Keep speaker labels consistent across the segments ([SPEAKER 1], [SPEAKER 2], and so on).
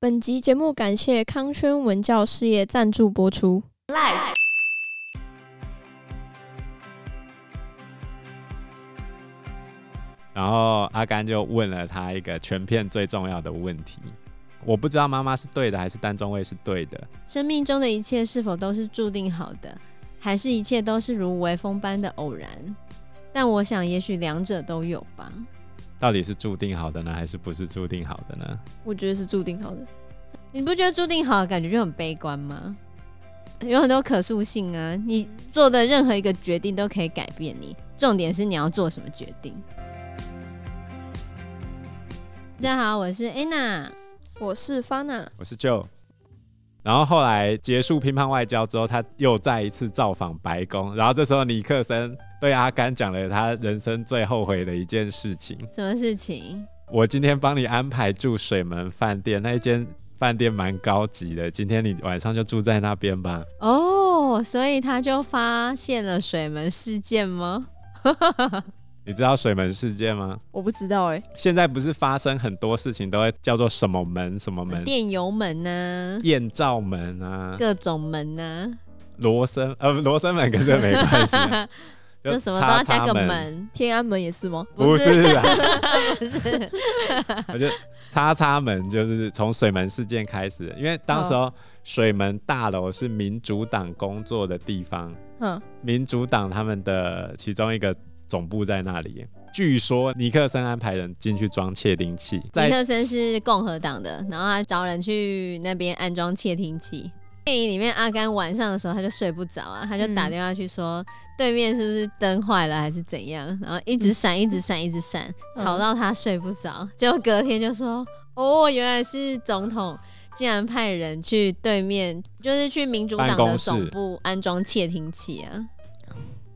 [SPEAKER 1] 本集节目感谢康轩文教事业赞助播出。
[SPEAKER 2] Life，
[SPEAKER 3] 然后阿甘就问了他一个全片最重要的问题，我不知道妈妈是对的还是单中尉是对的。
[SPEAKER 4] 生命中的一切是否都是注定好的，还是一切都是如微风般的偶然？但我想，也许两者都有吧。
[SPEAKER 3] 到底是注定好的呢，还是不是注定好的呢？
[SPEAKER 1] 我觉得是注定好的。
[SPEAKER 4] 你不觉得注定好，感觉就很悲观吗？有很多可塑性啊，你做的任何一个决定都可以改变你。重点是你要做什么决定。大家好，我是 Anna。
[SPEAKER 1] 我是 Fana，
[SPEAKER 3] 我是 Joe。然后后来结束乒乓外交之后，他又再一次造访白宫。然后这时候尼克森对阿甘讲了他人生最后悔的一件事情：
[SPEAKER 4] 什么事情？
[SPEAKER 3] 我今天帮你安排住水门饭店，那一间饭店蛮高级的，今天你晚上就住在那边吧。
[SPEAKER 4] 哦、所以他就发现了水门事件吗？
[SPEAKER 3] 你知道水门事件吗？
[SPEAKER 1] 我不知道哎、
[SPEAKER 3] 现在不是发生很多事情都会叫做什么门什么门，
[SPEAKER 4] 电油门呐、
[SPEAKER 3] 艳照门啊，
[SPEAKER 4] 各种门啊呐、
[SPEAKER 3] 罗生呃罗生门跟这没关系啊、
[SPEAKER 4] 就什么都要加
[SPEAKER 3] 叉
[SPEAKER 4] 个
[SPEAKER 3] 叉，
[SPEAKER 4] 门，
[SPEAKER 1] 天安门也是吗？
[SPEAKER 3] 不
[SPEAKER 4] 是
[SPEAKER 3] 是啊。
[SPEAKER 4] 不是？
[SPEAKER 3] 我就叉叉门就是从水门事件开始的，因为当时
[SPEAKER 4] 哦
[SPEAKER 3] 候水门大楼是民主党工作的地方，
[SPEAKER 1] 嗯，
[SPEAKER 3] 民主党他们的其中一个总部在那里。据说尼克森安排人进去装窃听器，
[SPEAKER 4] 尼
[SPEAKER 3] 在
[SPEAKER 4] 克森是共和党的，然后他找人去那边安装窃听器。电影里面，阿甘晚上的时候他就睡不着啊，他就打
[SPEAKER 1] 嗯
[SPEAKER 4] 电话去说、对面是不是灯坏了还是怎样，然后一直
[SPEAKER 3] 嗯
[SPEAKER 4] 闪，一直闪，一直闪，
[SPEAKER 1] 嗯
[SPEAKER 4] 吵到他睡不着。结果隔天就说：“哦，原来是总统竟然派人去对面，就是去民主党
[SPEAKER 3] 办
[SPEAKER 4] 的
[SPEAKER 3] 公室
[SPEAKER 4] 总部安装窃听器啊！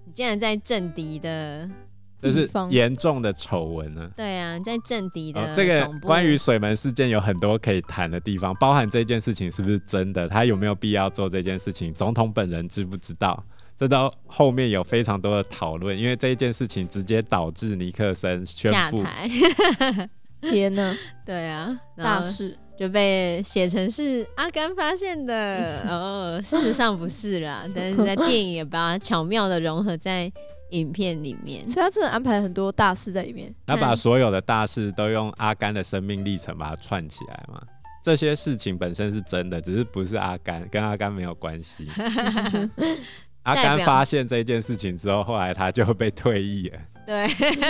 [SPEAKER 4] 你竟然在政敌的，
[SPEAKER 3] 这
[SPEAKER 1] 地
[SPEAKER 3] 是
[SPEAKER 1] 方
[SPEAKER 3] 严重的丑闻呢。
[SPEAKER 4] 对啊，你在政敌的、
[SPEAKER 3] 哦
[SPEAKER 4] 总，
[SPEAKER 3] 这个
[SPEAKER 4] 部
[SPEAKER 3] 关于水门事件有很多可以谈的地方，包含这件事情是不是真的，他有没有必要做这件事情，总统本人知不知道，这到后面有非常多的讨论，因为这一件事情直接导致尼克森宣
[SPEAKER 4] 下
[SPEAKER 3] 布
[SPEAKER 4] 台，
[SPEAKER 1] 天呐，
[SPEAKER 4] 对啊，然后
[SPEAKER 1] 大事！
[SPEAKER 4] 就被写成是阿甘发现的，哦，事实上不是啦，但是在电影也把它巧妙的融合在影片里面。
[SPEAKER 1] 所以他真的安排了很多大事在里面。
[SPEAKER 3] 他
[SPEAKER 4] 嗯
[SPEAKER 3] 把所有的大事都用阿甘的生命历程把它串起来嘛。这些事情本身是真的，只是不是阿甘，跟阿甘没有关 系。阿
[SPEAKER 4] 代
[SPEAKER 3] 甘
[SPEAKER 4] 表
[SPEAKER 3] 发现这件事情之后，后来他就被退役了。
[SPEAKER 4] 对，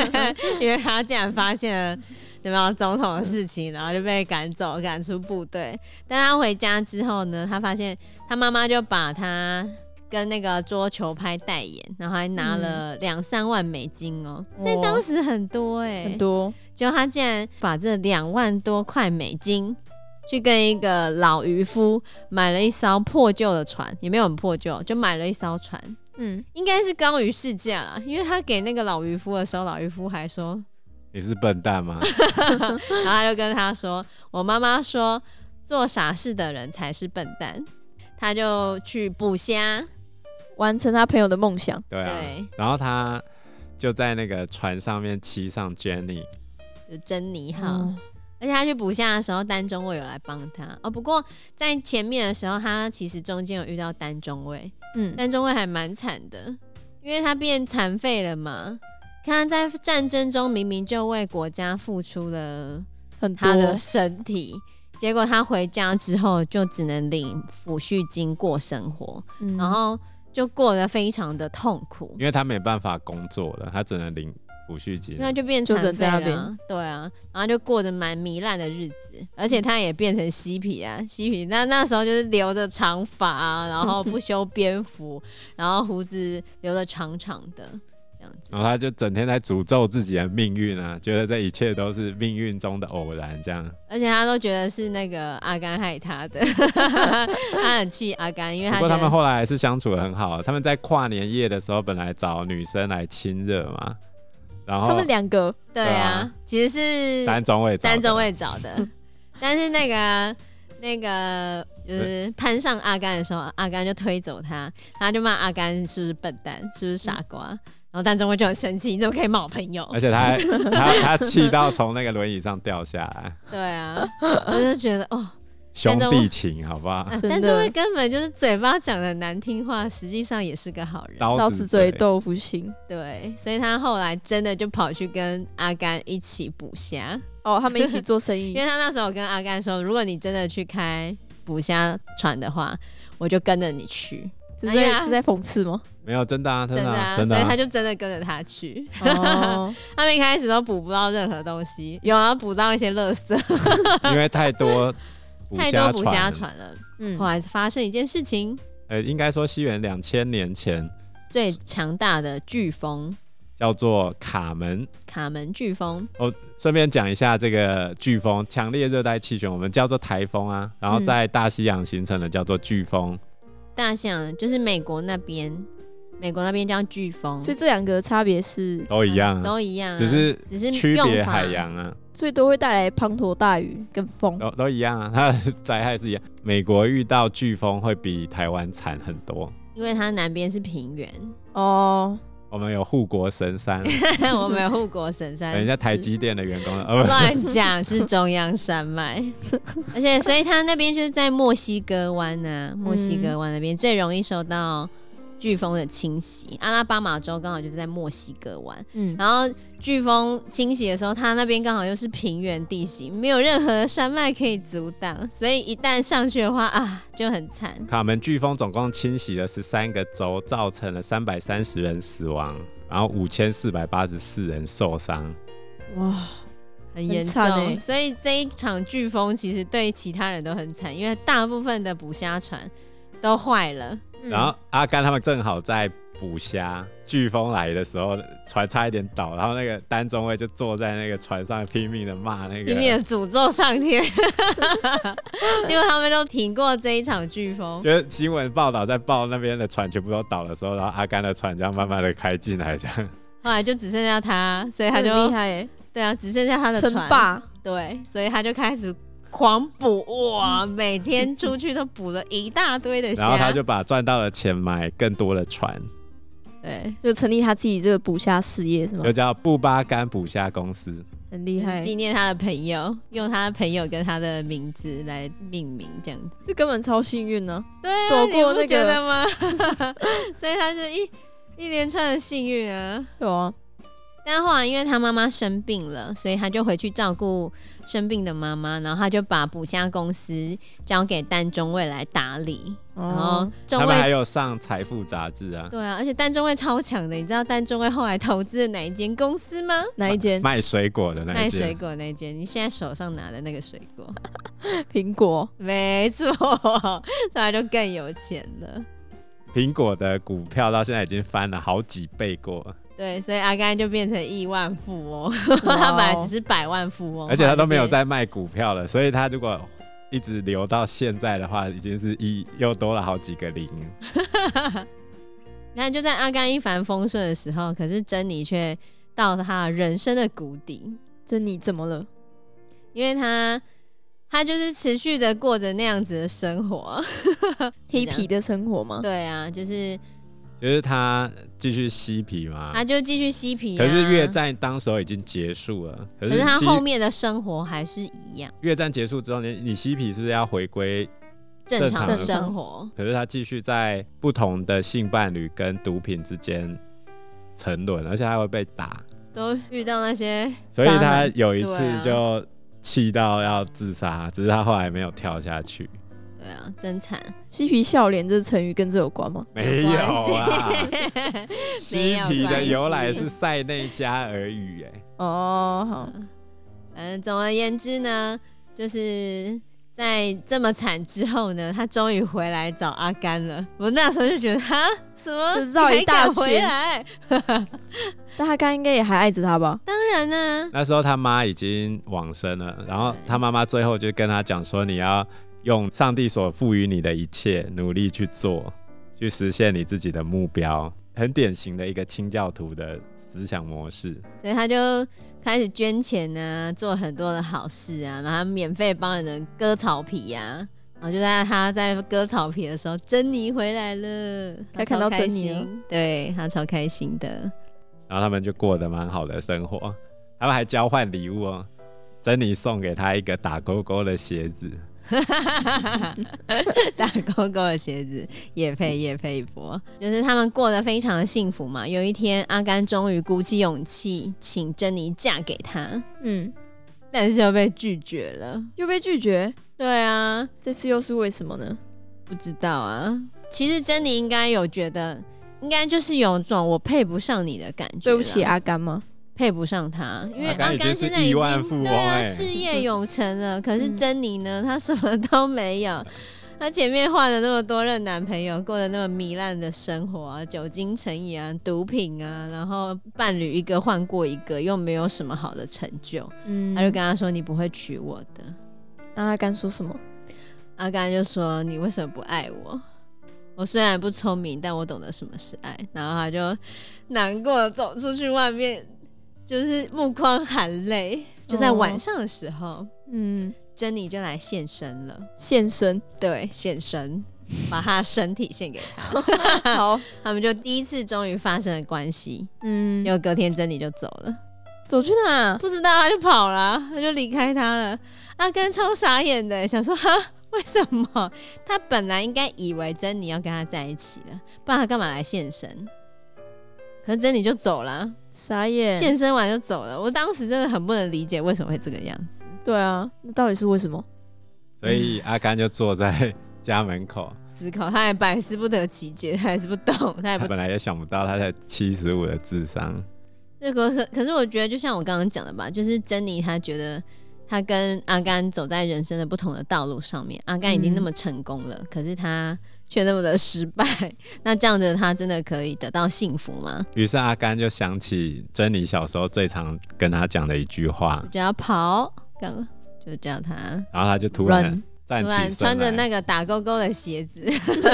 [SPEAKER 4] 因为他竟然发现了对吧总统的事情，然后就被赶走，赶出部队。但他回家之后呢，他发现他妈妈就把他跟那个桌球拍代言，然后还拿了两三万美金哦、
[SPEAKER 1] 哇
[SPEAKER 4] 在当时很多哎、
[SPEAKER 1] 很多
[SPEAKER 4] 就他竟然把这两万多块美金去跟一个老渔夫买了一艘破旧的船，也没有很破旧，就买了一艘船，
[SPEAKER 1] 嗯，
[SPEAKER 4] 应该是高于市价啦。因为他给那个老渔夫的时候，老渔夫还说，
[SPEAKER 3] 你是笨蛋吗？
[SPEAKER 4] 然后他就跟他说：“我妈妈说，做傻事的人才是笨蛋。”他就去啊捕虾，
[SPEAKER 1] 完成他朋友的梦想。
[SPEAKER 3] 对啊。
[SPEAKER 4] 对
[SPEAKER 3] 然后他就在那个船上面骑上 Jenny，
[SPEAKER 4] 就珍妮号。
[SPEAKER 1] 嗯
[SPEAKER 4] 而且他去补下的时候，单中尉有来帮他哦。不过在前面的时候，他其实中间有遇到单中尉，
[SPEAKER 1] 嗯，
[SPEAKER 4] 但中尉还蛮惨的，因为他变残废了嘛。看他在战争中明明就为国家付出了
[SPEAKER 1] 嗯很多
[SPEAKER 4] 他的身体，结果他回家之后就只能领抚恤金过生活，
[SPEAKER 1] 嗯
[SPEAKER 4] 然后就过得非常的痛苦，
[SPEAKER 3] 因为他没办法工作了，他只能领抚恤金。
[SPEAKER 4] 那就变
[SPEAKER 1] 就
[SPEAKER 4] 残
[SPEAKER 1] 只能
[SPEAKER 4] 废
[SPEAKER 1] 在那
[SPEAKER 4] 了啊
[SPEAKER 1] 边。
[SPEAKER 4] 对啊，然后就过得蛮糜烂的日子，而且他也变成嬉皮啊，嬉皮。那那时候就是留着长发、啊，然后不修边幅，然后胡子留的长长的，这样子。
[SPEAKER 3] 然后他就整天在诅咒自己的命运啊，觉得这一切都是命运中的偶然，这样。
[SPEAKER 4] 而且他都觉得是那个阿甘害他的， 他很气阿甘，因为
[SPEAKER 3] 不
[SPEAKER 4] 他
[SPEAKER 3] 过
[SPEAKER 4] 觉
[SPEAKER 3] 他们
[SPEAKER 4] 得
[SPEAKER 3] 后来还是相处的很好。啊他们在跨年夜的时候，本来找女生来亲热嘛，然
[SPEAKER 1] 他
[SPEAKER 3] 后
[SPEAKER 1] 们两个
[SPEAKER 4] 对
[SPEAKER 3] 对
[SPEAKER 4] 啊
[SPEAKER 3] 啊，
[SPEAKER 4] 其实是
[SPEAKER 3] 单中尉找的
[SPEAKER 4] 三中尉找的， 但是那个那个就是攀上阿甘的时候，阿甘就推走他，他就骂阿甘是不是笨蛋，是不是傻瓜。
[SPEAKER 1] 嗯
[SPEAKER 4] 然后单中尉就很生气，你怎么可以骂我朋友
[SPEAKER 3] 而？且他还 他他气到从那个轮椅上掉下来，
[SPEAKER 4] 对啊，我就觉得哦，
[SPEAKER 3] 兄
[SPEAKER 4] 但是
[SPEAKER 3] 弟
[SPEAKER 4] 我
[SPEAKER 3] 情，好不 好？
[SPEAKER 4] 啊
[SPEAKER 1] 真
[SPEAKER 4] 但
[SPEAKER 1] 的
[SPEAKER 4] 是会根本就是嘴巴讲的难听话，实际上也是个好人。
[SPEAKER 3] 刀
[SPEAKER 1] 刀
[SPEAKER 3] 子
[SPEAKER 1] 子嘴豆腐心。
[SPEAKER 4] 对，所以他后来真的就跑去跟阿甘一起捕虾，
[SPEAKER 1] 哦，他们一起做生
[SPEAKER 4] 因
[SPEAKER 1] 意，
[SPEAKER 4] 为他那时候跟阿甘说，如果你真的去开捕虾船的话，我就跟着你去，
[SPEAKER 1] 只
[SPEAKER 4] 哎
[SPEAKER 1] 是
[SPEAKER 4] 呀
[SPEAKER 1] 在是在讽刺 吗？
[SPEAKER 3] 没有真的啊，真
[SPEAKER 4] 真
[SPEAKER 3] 的
[SPEAKER 4] 的
[SPEAKER 3] 啊，
[SPEAKER 4] 啊，
[SPEAKER 3] 真的
[SPEAKER 4] 所以他
[SPEAKER 3] 啊。
[SPEAKER 4] 就真的跟着他去。
[SPEAKER 1] 哦，
[SPEAKER 4] 他们一开始都捕不到任何东西，有啊，捕到一些垃圾，
[SPEAKER 3] 因为太多捕
[SPEAKER 4] 太
[SPEAKER 3] 虾
[SPEAKER 4] 多捕虾船了。
[SPEAKER 1] 嗯
[SPEAKER 4] 后，来发生一件事情，
[SPEAKER 3] 呃，应该说西元两千年前
[SPEAKER 4] 最强大的飓风
[SPEAKER 3] 叫做卡门。
[SPEAKER 4] 卡门飓风，
[SPEAKER 3] 顺便讲一下这个飓风，强烈热带气旋我们叫做台风啊，然后
[SPEAKER 1] 嗯
[SPEAKER 3] 在大西洋形成的叫做飓
[SPEAKER 4] 嗯
[SPEAKER 3] 风。
[SPEAKER 4] 大西洋就是美国那边，美国那边叫飓风，
[SPEAKER 1] 所以这两个差别是
[SPEAKER 3] 都一样啊，
[SPEAKER 4] 都一样啊、
[SPEAKER 3] 只是
[SPEAKER 4] 只是
[SPEAKER 3] 区
[SPEAKER 4] 用
[SPEAKER 3] 别
[SPEAKER 4] 法
[SPEAKER 3] 海洋啊，
[SPEAKER 1] 最多会带来滂沱大雨跟风。
[SPEAKER 3] 都都一样啊，它的灾害是一样。美国遇到飓风会比台湾惨很多，
[SPEAKER 4] 因为它南边是平原，
[SPEAKER 1] 哦，
[SPEAKER 3] 我们有护国神山，
[SPEAKER 4] 我们有护国神山。
[SPEAKER 3] 等一下台积电的员 工，呃，不
[SPEAKER 4] 乱讲是中央山脉，而且所以它那边就是在墨西哥湾呐、墨西哥湾那边最容易受到飓风的侵袭。阿拉巴马州刚好就是在墨西哥湾，
[SPEAKER 1] 嗯，
[SPEAKER 4] 然后飓风侵袭的时候，它那边刚好又是平原地形，没有任何的山脉可以阻挡，所以一旦上去的话啊，就很惨。
[SPEAKER 3] 卡门飓风总共侵袭了十三个州，造成了三百三十人死亡，然后五千四百八十四人受伤。
[SPEAKER 1] 哇，
[SPEAKER 4] 很严重、
[SPEAKER 1] 很惨欸
[SPEAKER 4] 所以这一场飓风其实对其他人都很惨，因为大部分的捕虾船都坏了，
[SPEAKER 1] 嗯
[SPEAKER 3] 然后阿甘他们正好在捕虾，飓风来的时候，船差一点倒，然后那个单中尉就坐在那个船上拼命的骂那
[SPEAKER 4] 以免
[SPEAKER 3] 个，
[SPEAKER 4] 诅咒上天。 结果他们都挺过这一场飓风，
[SPEAKER 3] 就是新闻报道在报那边的船全部都倒的时候，然后阿甘的船这样慢慢的开进来，这样
[SPEAKER 4] 后来就只剩下他，所以他
[SPEAKER 1] 嗯很厉
[SPEAKER 4] 就
[SPEAKER 1] 害欸耶，
[SPEAKER 4] 对啊，只剩下他的
[SPEAKER 1] 称
[SPEAKER 4] 船，
[SPEAKER 1] 霸，
[SPEAKER 4] 对，所以他就开始狂捕哇，每天出去都捕了一大堆的虾，
[SPEAKER 3] 然后他就把赚到的钱买更多的船，
[SPEAKER 4] 对。
[SPEAKER 1] 就成立他自己这个捕虾事业是吗
[SPEAKER 3] 就？叫布巴甘捕虾公司。
[SPEAKER 1] 很厉害，
[SPEAKER 4] 纪念他的朋友，用他的朋友跟他的名字来命名，这样子。
[SPEAKER 1] 这根本超幸运呢。
[SPEAKER 4] 对啊，
[SPEAKER 1] 躲过
[SPEAKER 4] 你
[SPEAKER 1] 那
[SPEAKER 4] 不
[SPEAKER 1] 个
[SPEAKER 4] 觉得吗？ 所以他是一一连串的幸运啊。
[SPEAKER 1] 对啊，
[SPEAKER 4] 但后来因为他妈妈生病了，所以他就回去照顾生病的妈妈，然后他就把捕虾公司交给丹中尉来打理。然后
[SPEAKER 1] 哦，
[SPEAKER 4] 中
[SPEAKER 3] 他们还
[SPEAKER 4] 尉
[SPEAKER 3] 有上财富杂志啊，
[SPEAKER 4] 对啊，而且丹中尉超强的，你知道丹中尉后来投资的哪一间公司吗？
[SPEAKER 1] 哪一间？
[SPEAKER 3] 卖水果的那
[SPEAKER 4] 卖
[SPEAKER 3] 一
[SPEAKER 4] 水
[SPEAKER 3] 间，
[SPEAKER 4] 果那间，你现在手上拿的那个水果，
[SPEAKER 1] 苹 果，
[SPEAKER 4] 没错， 所以他就更有钱了。
[SPEAKER 3] 苹果的股票到现在已经翻了好几倍过了，
[SPEAKER 4] 对，所以阿甘就变成亿万富翁，
[SPEAKER 1] 哇哦
[SPEAKER 4] 他本来只是百万富翁，
[SPEAKER 3] 而且他
[SPEAKER 4] 后来
[SPEAKER 3] 都没有
[SPEAKER 4] 变。
[SPEAKER 3] 在卖股票了，所以他如果一直留到现在的话，已经是一又多了好几个零。
[SPEAKER 4] 那就在阿甘一帆风顺的时候，可是珍妮却到了她人生的谷底，
[SPEAKER 1] 哦这你怎么 了？
[SPEAKER 4] 因为她她就是持续的过着那样子的生活。
[SPEAKER 1] hippie 的生活吗？
[SPEAKER 4] 对啊，就是
[SPEAKER 3] 就是他继续嬉皮嘛，
[SPEAKER 4] 她就继续嬉皮、啊。
[SPEAKER 3] 啊可是越，战当时候已经结束了，可
[SPEAKER 4] 可
[SPEAKER 3] 是
[SPEAKER 4] 是她
[SPEAKER 3] 嬉
[SPEAKER 4] 后面的生活还是一样
[SPEAKER 3] 越战结束之后，你你嬉皮是不是要回归？
[SPEAKER 4] 正常的
[SPEAKER 1] 正常
[SPEAKER 4] 生活。
[SPEAKER 3] 可是他继续在不同的性伴侣跟毒品之间沉沦，而且他会被打，
[SPEAKER 4] 都遇到那些
[SPEAKER 3] 所以
[SPEAKER 4] 渣
[SPEAKER 3] 他
[SPEAKER 4] 男
[SPEAKER 3] 有一
[SPEAKER 4] 对
[SPEAKER 3] 次
[SPEAKER 4] 啊
[SPEAKER 3] 就气到要自杀，只是他后来没有跳下去。
[SPEAKER 4] 对啊，真惨。
[SPEAKER 1] 嬉皮笑脸这成语跟这有关吗？
[SPEAKER 3] 没有啊，
[SPEAKER 4] 没
[SPEAKER 3] 嬉
[SPEAKER 4] 有
[SPEAKER 3] 皮的
[SPEAKER 4] 关
[SPEAKER 3] 由来
[SPEAKER 4] 系
[SPEAKER 3] 是塞内加尔语，哎，
[SPEAKER 1] 哦，好，
[SPEAKER 4] 嗯，总而言之呢，就是在这么惨之后呢，他终于回来找阿甘了。我那时候就觉得，哈，什么
[SPEAKER 1] 就绕一
[SPEAKER 4] 你还敢
[SPEAKER 1] 大圈
[SPEAKER 4] 回来？
[SPEAKER 1] 但他刚应该也还爱着他吧？
[SPEAKER 4] 当然啊呢、
[SPEAKER 3] 那时候他妈已经往生了，然后他妈妈最后就跟他讲说，你要用上帝所赋予你的一切努力去做，去实现你自己的目标，很典型的一个清教徒的思想模式。
[SPEAKER 4] 所以他就开始捐钱呢、做很多的好事啊，然后免费帮人割草皮呀、啊。然后就在他在割草皮的时候，珍妮回来了，
[SPEAKER 1] 他看到
[SPEAKER 4] 超开
[SPEAKER 1] 珍妮了
[SPEAKER 4] 心，对他超开心的。
[SPEAKER 3] 然后他们就过得蛮好的生活，他们还交换礼物哦，珍妮送给他一个打勾勾的鞋子，
[SPEAKER 4] 打勾勾的鞋子，也配也配一波，就是他们过得非常的幸福嘛。有一天，阿甘终于鼓起勇气，请珍妮嫁给他，
[SPEAKER 1] 嗯，
[SPEAKER 4] 但是又被拒绝了。
[SPEAKER 1] 又被拒绝，
[SPEAKER 4] 对啊，
[SPEAKER 1] 这次又是为什么呢？
[SPEAKER 4] 不知道啊。其实珍妮应该有觉得，应该就是有种我配不上你的感觉啦。
[SPEAKER 1] 对不起，阿甘吗？
[SPEAKER 4] 配不上他，因为啊
[SPEAKER 3] 阿甘已经
[SPEAKER 4] 甘
[SPEAKER 3] 是
[SPEAKER 4] 现在已
[SPEAKER 3] 亿
[SPEAKER 4] 经
[SPEAKER 3] 万富翁
[SPEAKER 4] 对啊
[SPEAKER 3] 欸
[SPEAKER 4] 事业有成了。可是
[SPEAKER 1] 嗯
[SPEAKER 4] 珍妮呢，她什么都没有。她前面换了那么多任男朋友，过得那么糜烂的生活啊，酒精成瘾啊，毒品啊，然后伴侣一个换过一个，又没有什么好的成就。
[SPEAKER 1] 嗯
[SPEAKER 4] 她就跟他说：“你不会娶我的。
[SPEAKER 1] 那阿甘说什么？”
[SPEAKER 4] 阿甘啊就说：“你为什么不爱我？”我虽然不聪明，但我懂得什么是爱。然后他就难过的走出去外面，就是目光含泪。就在晚上的时候，
[SPEAKER 1] 嗯，
[SPEAKER 4] 珍妮就来现身了。
[SPEAKER 1] 现身，
[SPEAKER 4] 对，现身， 把她的身体献给他。
[SPEAKER 1] 好，
[SPEAKER 4] 他们就第一次终于发生了关系。
[SPEAKER 1] 嗯
[SPEAKER 4] 结，果隔天珍妮就走了，
[SPEAKER 1] 走去哪？
[SPEAKER 4] 不知道他就跑了，他就离开他了。阿甘超傻眼的，欸想说哈。为什么他本来应该以为珍妮要跟他在一起了，不然他干嘛来现身？可是珍妮就走了，
[SPEAKER 1] 傻眼，
[SPEAKER 4] 现身完就走了。我当时真的很不能理解为什么会这个样子。
[SPEAKER 1] 对啊，那到底是为什么？
[SPEAKER 3] 所以阿甘就坐在家门口，
[SPEAKER 4] 思考，他也百思不得其解，他还是不懂，
[SPEAKER 3] 他
[SPEAKER 4] 他也哎不。
[SPEAKER 3] 本来也想不到他才七十五的智商，
[SPEAKER 4] 那个可可是我觉得，就像我刚刚讲的吧，就是珍妮她觉得她跟阿甘走在人生的不同的道路上面，阿甘已经
[SPEAKER 1] 嗯
[SPEAKER 4] 那么成功了，可是她却那么的失败，那这样子她真的可以得到幸福吗？
[SPEAKER 3] 于是阿甘就想起珍妮小时候最常跟他讲的一句话
[SPEAKER 4] 我，就要跑，干嘛？就叫她。
[SPEAKER 3] 然后他就突然
[SPEAKER 1] Run
[SPEAKER 3] 站
[SPEAKER 4] 突
[SPEAKER 3] 起
[SPEAKER 4] 然
[SPEAKER 3] 身
[SPEAKER 4] 穿着
[SPEAKER 3] 来
[SPEAKER 4] 那个打勾勾的鞋子，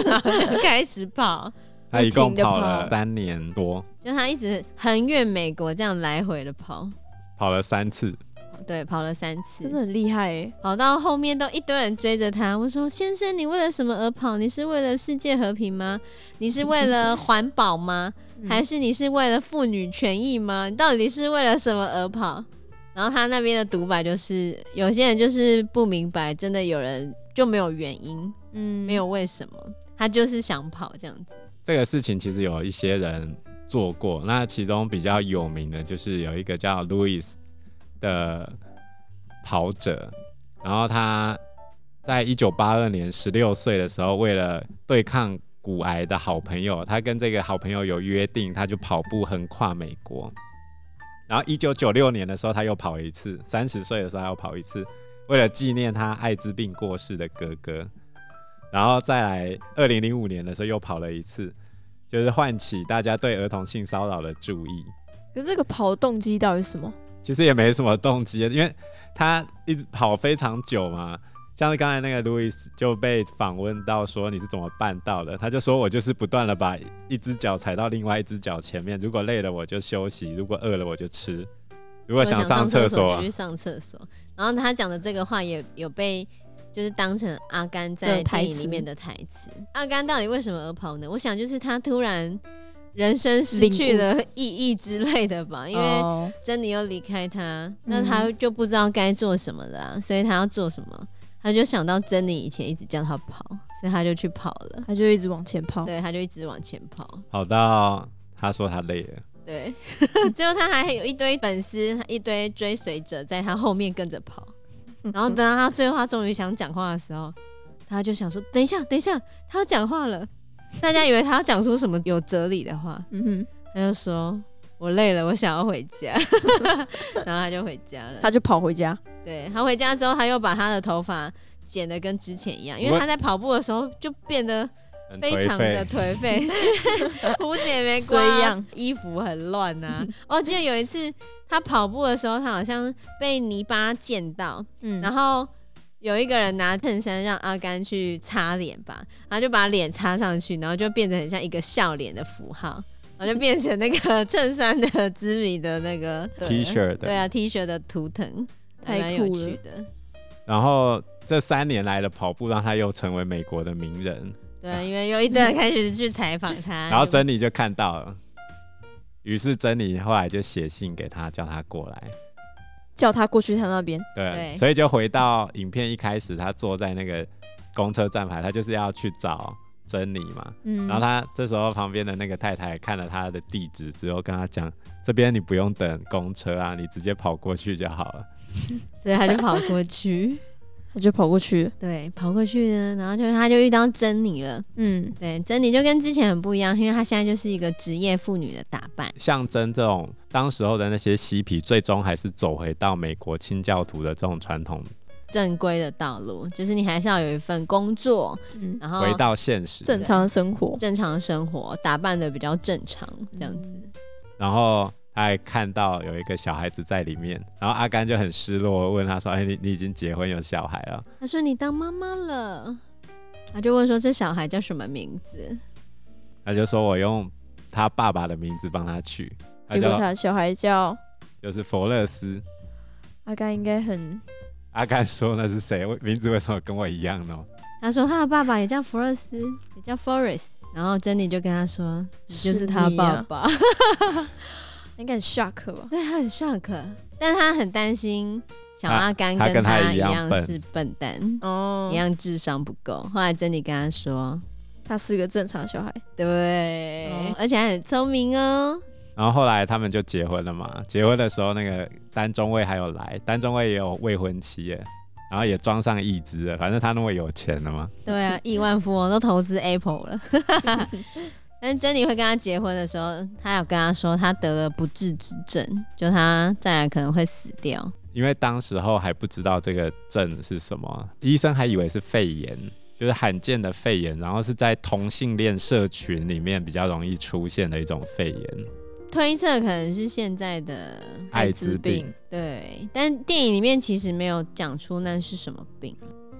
[SPEAKER 4] 然后就开始跑。
[SPEAKER 3] 他一
[SPEAKER 1] 不
[SPEAKER 3] 共
[SPEAKER 1] 停地
[SPEAKER 3] 跑
[SPEAKER 1] 跑
[SPEAKER 3] 了三年多，
[SPEAKER 4] 就他一直横越美国这样来回的跑，
[SPEAKER 3] 跑了三次。
[SPEAKER 4] 对，跑了三次，
[SPEAKER 1] 真的很厉害哎，
[SPEAKER 4] 跑到后面都一堆人追着他。我说：“先生，你为了什么而跑？你是为了世界和平吗？你是为了环保吗？
[SPEAKER 1] 嗯
[SPEAKER 4] 还是你是为了妇女权益吗？你到底是为了什么而跑？”然后他那边的独白就是，有些人就是不明白，真的有人就没有原因，
[SPEAKER 1] 嗯，
[SPEAKER 4] 没有为什么，他就是想跑这样子。
[SPEAKER 3] 这个事情其实有一些人做过，那其中比较有名的就是有一个叫 Louis 的跑者，然后他在一九八二年十六岁的时候，为了对抗骨癌的好朋友，他跟这个好朋友有约定，他就跑步横跨美国。然后一九九六年的时候，他又跑了一次，三十岁的时候他又跑一次，为了纪念他艾滋病过世的哥哥。然后再来，二零零五年的时候又跑了一次，就是唤起大家对儿童性骚扰的注意。
[SPEAKER 1] 可是这个跑的动机到底是什么？
[SPEAKER 3] 其实也没什么动机，因为他一直跑非常久嘛。像是刚才那个 Louis 就被访问到说你是怎么办到的，他就说我就是不断的把一只脚踩到另外一只脚前面，如果累了我就休息，如果饿了我就吃，如果
[SPEAKER 4] 我
[SPEAKER 3] 想上
[SPEAKER 4] 上
[SPEAKER 3] 厕所
[SPEAKER 4] 所
[SPEAKER 3] 啊
[SPEAKER 4] 就去上厕所。然后他讲的这个话也有被就是当成阿甘在
[SPEAKER 1] 的台
[SPEAKER 4] 电
[SPEAKER 1] 词
[SPEAKER 4] 影里面的台词。阿甘到底为什么而跑呢？我想就是他突然人生失
[SPEAKER 1] 领悟
[SPEAKER 4] 去了意义之类的吧，因为
[SPEAKER 1] 哦嗯
[SPEAKER 4] 珍妮又离开他，那他就不知道该做什么了啊、所以他要做什么？他就想到珍妮以前一直叫他跑，所以他就去跑了。
[SPEAKER 1] 他就一直往前跑，
[SPEAKER 4] 对，他就一直往前跑。
[SPEAKER 3] 跑到他说他累了，
[SPEAKER 4] 对， 最后他还有一堆粉丝，一堆追随者在他后面跟着跑。然后等到他最后他终于想讲话的时候，他就想说：“等一下，等一下，他要讲话了。”大家以为他要讲出什么有哲理的话，
[SPEAKER 1] 嗯
[SPEAKER 4] 他就说：“我累了，我想要回家。” 然后他就回家
[SPEAKER 1] 哼，
[SPEAKER 4] 了。
[SPEAKER 1] 他就跑回家，
[SPEAKER 4] 对他回家之后，他又把他的头发剪得跟之前一样，因为
[SPEAKER 3] 我
[SPEAKER 4] 他在跑步的时候就变得
[SPEAKER 3] 很
[SPEAKER 4] 非
[SPEAKER 3] 颓
[SPEAKER 4] 常的
[SPEAKER 3] 废。
[SPEAKER 4] 颓 废，胡子也没刮
[SPEAKER 1] 水一样，
[SPEAKER 4] 衣服很乱呐、我记得有一次他跑步的时候，他好像被泥巴溅到，
[SPEAKER 1] 嗯
[SPEAKER 4] 然后有一个人拿衬衫让阿甘去擦脸吧，然后就把脸擦上去，然后就变得很像一个笑脸的符号，然后就变成 那个衬衫的织米的那个
[SPEAKER 3] T 恤的
[SPEAKER 4] 对，啊 T 恤的图腾，还蛮
[SPEAKER 1] 太
[SPEAKER 4] 有
[SPEAKER 1] 酷了
[SPEAKER 4] 趣的。
[SPEAKER 3] 然后这三年来的跑步让他又成为美国的名人，
[SPEAKER 4] 对，啊因为有一堆人开始去采访他，
[SPEAKER 3] 啊然后
[SPEAKER 4] 就
[SPEAKER 3] 珍妮就看到了，于是珍妮后来就写信给他，叫他过来。
[SPEAKER 1] 叫他过去他那边。
[SPEAKER 3] 对，
[SPEAKER 4] 对
[SPEAKER 3] 所以就回到影片一开始，他坐在那个公车站牌，他就是要去找珍妮嘛。
[SPEAKER 1] 嗯，
[SPEAKER 3] 然后他这时候旁边的那个太太看了他的地址之后，跟他讲：“这边你不用等公车啊，你直接跑过去就好了。
[SPEAKER 4] 所以他就跑过去，
[SPEAKER 1] 他就跑过去了。
[SPEAKER 4] 对，跑过去呢，然后就他就遇到珍妮了。
[SPEAKER 1] 嗯，
[SPEAKER 4] 对，珍妮就跟之前很不一样，因为她现在就是一个职业妇女的打扮”。
[SPEAKER 3] 象征这种当时候的那些嬉皮，最终还是走回到美国清教徒的这种传统，
[SPEAKER 4] 正规的道路，就是你还是要有一份工作，
[SPEAKER 1] 嗯
[SPEAKER 4] 然后
[SPEAKER 3] 回到现实。
[SPEAKER 1] 正常的生活。
[SPEAKER 4] 正常的生活，打扮的比较正常这样子。
[SPEAKER 3] 然后他还看到有一个小孩子在里面，然后阿甘就很失落，问他说：“哎，你你已经结婚有小孩了
[SPEAKER 4] 他说你当妈妈了，他就问说这小孩叫什么名字？？”
[SPEAKER 3] 他就说：“我用他爸爸的名字帮他取，他
[SPEAKER 1] 结果
[SPEAKER 3] 叫
[SPEAKER 1] 他的小孩叫
[SPEAKER 3] 就是佛勒斯。”
[SPEAKER 1] 阿甘，应该很
[SPEAKER 3] 阿甘说那是谁？为名字为什么跟我一样呢？
[SPEAKER 4] 他说他的爸爸也叫福勒斯，也叫 Forest。然后珍妮就跟他说，你就是他爸爸。
[SPEAKER 1] 啊 应该很 shock 吧？
[SPEAKER 4] 对他很 shock，但他很担心小阿甘
[SPEAKER 3] 他他跟
[SPEAKER 4] 他
[SPEAKER 3] 他
[SPEAKER 4] 一
[SPEAKER 3] 一样笨
[SPEAKER 4] 是笨蛋，
[SPEAKER 1] 哦
[SPEAKER 4] 一，样智商不够。后来珍妮跟他说，
[SPEAKER 1] 他是个正常小孩。
[SPEAKER 4] 对，
[SPEAKER 1] 哦
[SPEAKER 4] 而且还很聪明哦。
[SPEAKER 3] 然后后来他们就结婚了嘛。结婚的时候，那个丹中尉还有来，丹中尉也有未婚妻耶，然后也装上一只了。反正他那么有钱了嘛。
[SPEAKER 4] 对啊，亿万富翁都投资 Apple 了。但是珍妮会跟他结婚的时候，他有跟他说他得了不治之症，就他再来可能会死掉。
[SPEAKER 3] 因为当时候还不知道这个症是什么，医生还以为是肺炎，就是罕见的肺炎，然后是在同性恋社群里面比较容易出现的一种肺炎，
[SPEAKER 4] 推测可能是现在的
[SPEAKER 3] 艾滋病。
[SPEAKER 4] 对，但电影里面其实没有讲出那是什么病。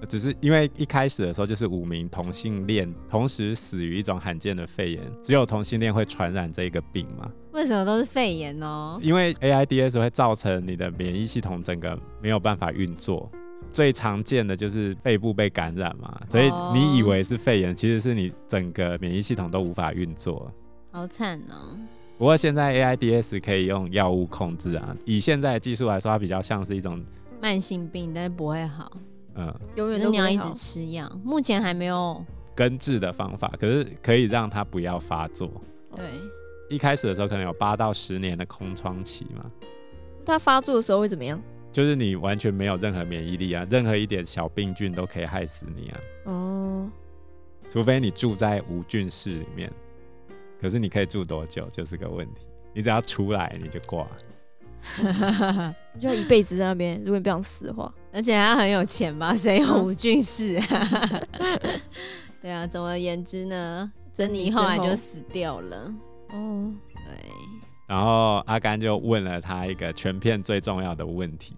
[SPEAKER 3] 只是因为一开始的时候就是五名同性恋同时死于一种罕见的肺炎，只有同性恋会传染这个病嘛？
[SPEAKER 4] 为什么都是肺炎哦？
[SPEAKER 3] 因为 AIDS 会造成你的免疫系统整个没有办法运作。最常见的就是肺部被感染嘛，所以
[SPEAKER 4] 哦
[SPEAKER 3] 你以为是肺炎，其实是你整个免疫系统都无法运作。
[SPEAKER 4] 好惨哦！
[SPEAKER 3] 不过现在 AIDS 可以用药物控制啊，以现在的技术来说，它比较像是一种，
[SPEAKER 4] 慢性病，但是不会好，
[SPEAKER 3] 嗯，
[SPEAKER 1] 永
[SPEAKER 4] 可
[SPEAKER 1] 远
[SPEAKER 4] 是
[SPEAKER 1] 都
[SPEAKER 4] 你要一
[SPEAKER 1] 不会好
[SPEAKER 4] 直吃药。目前还没有
[SPEAKER 3] 根治的方法，可是可以让它不要发作。
[SPEAKER 4] 对，
[SPEAKER 3] 一开始的时候可能有八到十年的空窗期嘛，
[SPEAKER 1] 他发作的时候会怎么样？
[SPEAKER 3] 就是你完全没有任何免疫力啊，任何一点小病菌都可以害死你啊，
[SPEAKER 1] 哦，
[SPEAKER 3] 除非你住在无菌室里面。可是你可以住多久就是个问题，你只要出来你就挂。
[SPEAKER 1] 你就要一辈子在那边。如果你不想死的话，
[SPEAKER 4] 而且他很有钱吧？ 谁有无菌室啊？ 对啊，总而言之呢，珍妮后来就死掉了。
[SPEAKER 1] 哦，
[SPEAKER 4] 对，
[SPEAKER 3] 然后阿甘就问了他一个全片最重要的问题，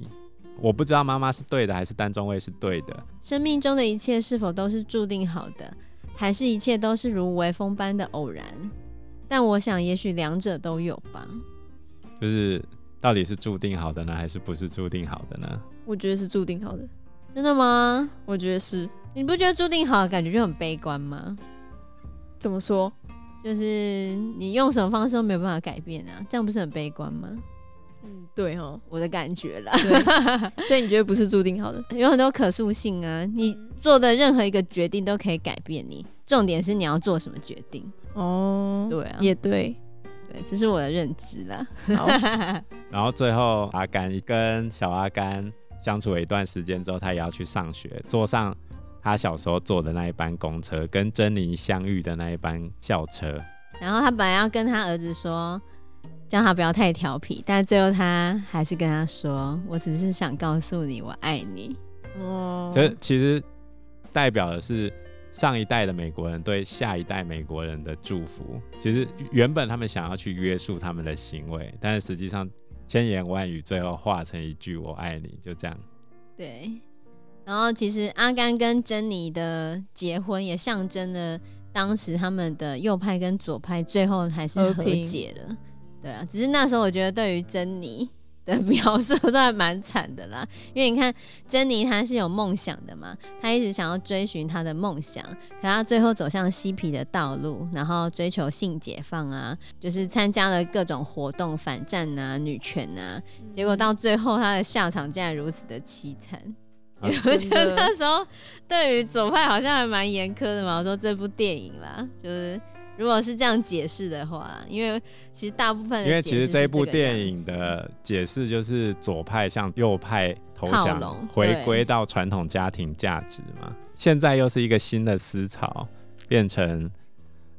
[SPEAKER 3] 我不知道妈妈是对的还是单中尉是对的，
[SPEAKER 4] 生命中的一切是否都是注定好的，还是一切都是如微风般的偶然？但我想，也许两者都有吧。
[SPEAKER 3] 就是到底是注定好的呢，还是不是注定好的呢？
[SPEAKER 1] 我觉得是注定好的。
[SPEAKER 4] 真的吗？
[SPEAKER 1] 我觉得是
[SPEAKER 4] 你不觉得注定好的感觉就很悲观吗？
[SPEAKER 1] 怎么说？
[SPEAKER 4] 就是你用什么方式都没有办法改变啊，这样不是很悲观吗？
[SPEAKER 1] 嗯，对哦，
[SPEAKER 4] 我的感觉啦。
[SPEAKER 1] 对，所以你觉得不是注定好的？
[SPEAKER 4] 有很多可塑性啊，你做的任何一个决定都可以改变你。重点是你要做什么决定，
[SPEAKER 1] 哦，
[SPEAKER 4] 对啊，
[SPEAKER 1] 也对。
[SPEAKER 4] 对，这是我的认知啦。
[SPEAKER 1] 好，
[SPEAKER 3] 然后最后阿甘跟小阿甘相处了一段时间之后，他也要去上学，坐上他小时候坐的那一班公车，跟珍妮相遇的那一班校车。
[SPEAKER 4] 然后他本来要跟他儿子说，叫他不要太调皮，但最后他还是跟他说：“我只是想告诉你，我爱你。
[SPEAKER 1] 哦，
[SPEAKER 3] 这其实代表的是上一代的美国人对下一代美国人的祝福。其实原本他们想要去约束他们的行为，但是实际上千言万语最后化成一句“我爱你”，就这样。”
[SPEAKER 4] 对。然后其实阿甘跟珍妮的结婚也象征了当时他们的右派跟左派最后还是
[SPEAKER 1] 和
[SPEAKER 4] 和
[SPEAKER 1] 平
[SPEAKER 4] 解了。对啊，只是那时候我觉得对于珍妮的描述都还蛮惨的啦。 因为你看珍妮她是有梦想的嘛，她一直想要追寻她的梦想，可她最后走向嬉皮的道路，然后追求性解放啊，就是参加了各种活动反战啊、女权啊，结果到最后她的下场竟然如此的凄惨。
[SPEAKER 3] 啊
[SPEAKER 4] 我觉
[SPEAKER 1] 真
[SPEAKER 4] 得
[SPEAKER 1] 的
[SPEAKER 4] 那时候对于左派好像还蛮严苛的嘛。我说这部电影啦，就是如果是这样解释的话，因为其实大部分的
[SPEAKER 3] 因为
[SPEAKER 4] 解
[SPEAKER 3] 其
[SPEAKER 4] 释
[SPEAKER 3] 实
[SPEAKER 4] 是
[SPEAKER 3] 这
[SPEAKER 4] 这
[SPEAKER 3] 一部
[SPEAKER 4] 个
[SPEAKER 3] 电
[SPEAKER 4] 样
[SPEAKER 3] 影
[SPEAKER 4] 子
[SPEAKER 3] 的解释就是左派向右派投
[SPEAKER 4] 靠
[SPEAKER 3] 降
[SPEAKER 4] 拢，
[SPEAKER 3] 回
[SPEAKER 4] 对
[SPEAKER 3] 归到传统家庭价值嘛。现在又是一个新的思潮，变成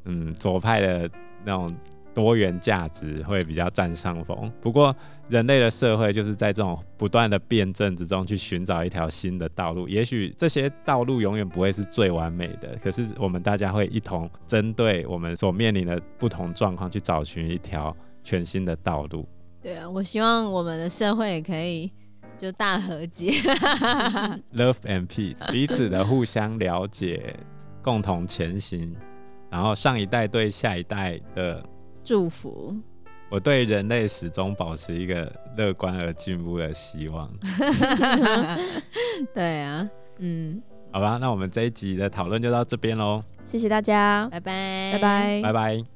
[SPEAKER 3] 嗯左派的那种多元价值会比较占上风。不过人类的社会就是在这种不断的辩证之中去寻找一条新的道路。也许这些道路永远不会是最完美的，可是我们大家会一同针对我们所面临的不同状况去找寻一条全新的道路。
[SPEAKER 4] 对啊，我希望我们的社会也可以就大和解。
[SPEAKER 3] Love and peace，彼此的互相了解，共同前行。然后上一代对下一代的，
[SPEAKER 4] 祝福，
[SPEAKER 3] 我对人类始终保持一个乐观而进步的希望。
[SPEAKER 4] 对啊，
[SPEAKER 1] 嗯，
[SPEAKER 3] 好吧，那我们这一集的讨论就到这边喽，
[SPEAKER 1] 谢谢大家，
[SPEAKER 4] 拜拜，
[SPEAKER 1] 拜拜
[SPEAKER 3] 拜拜。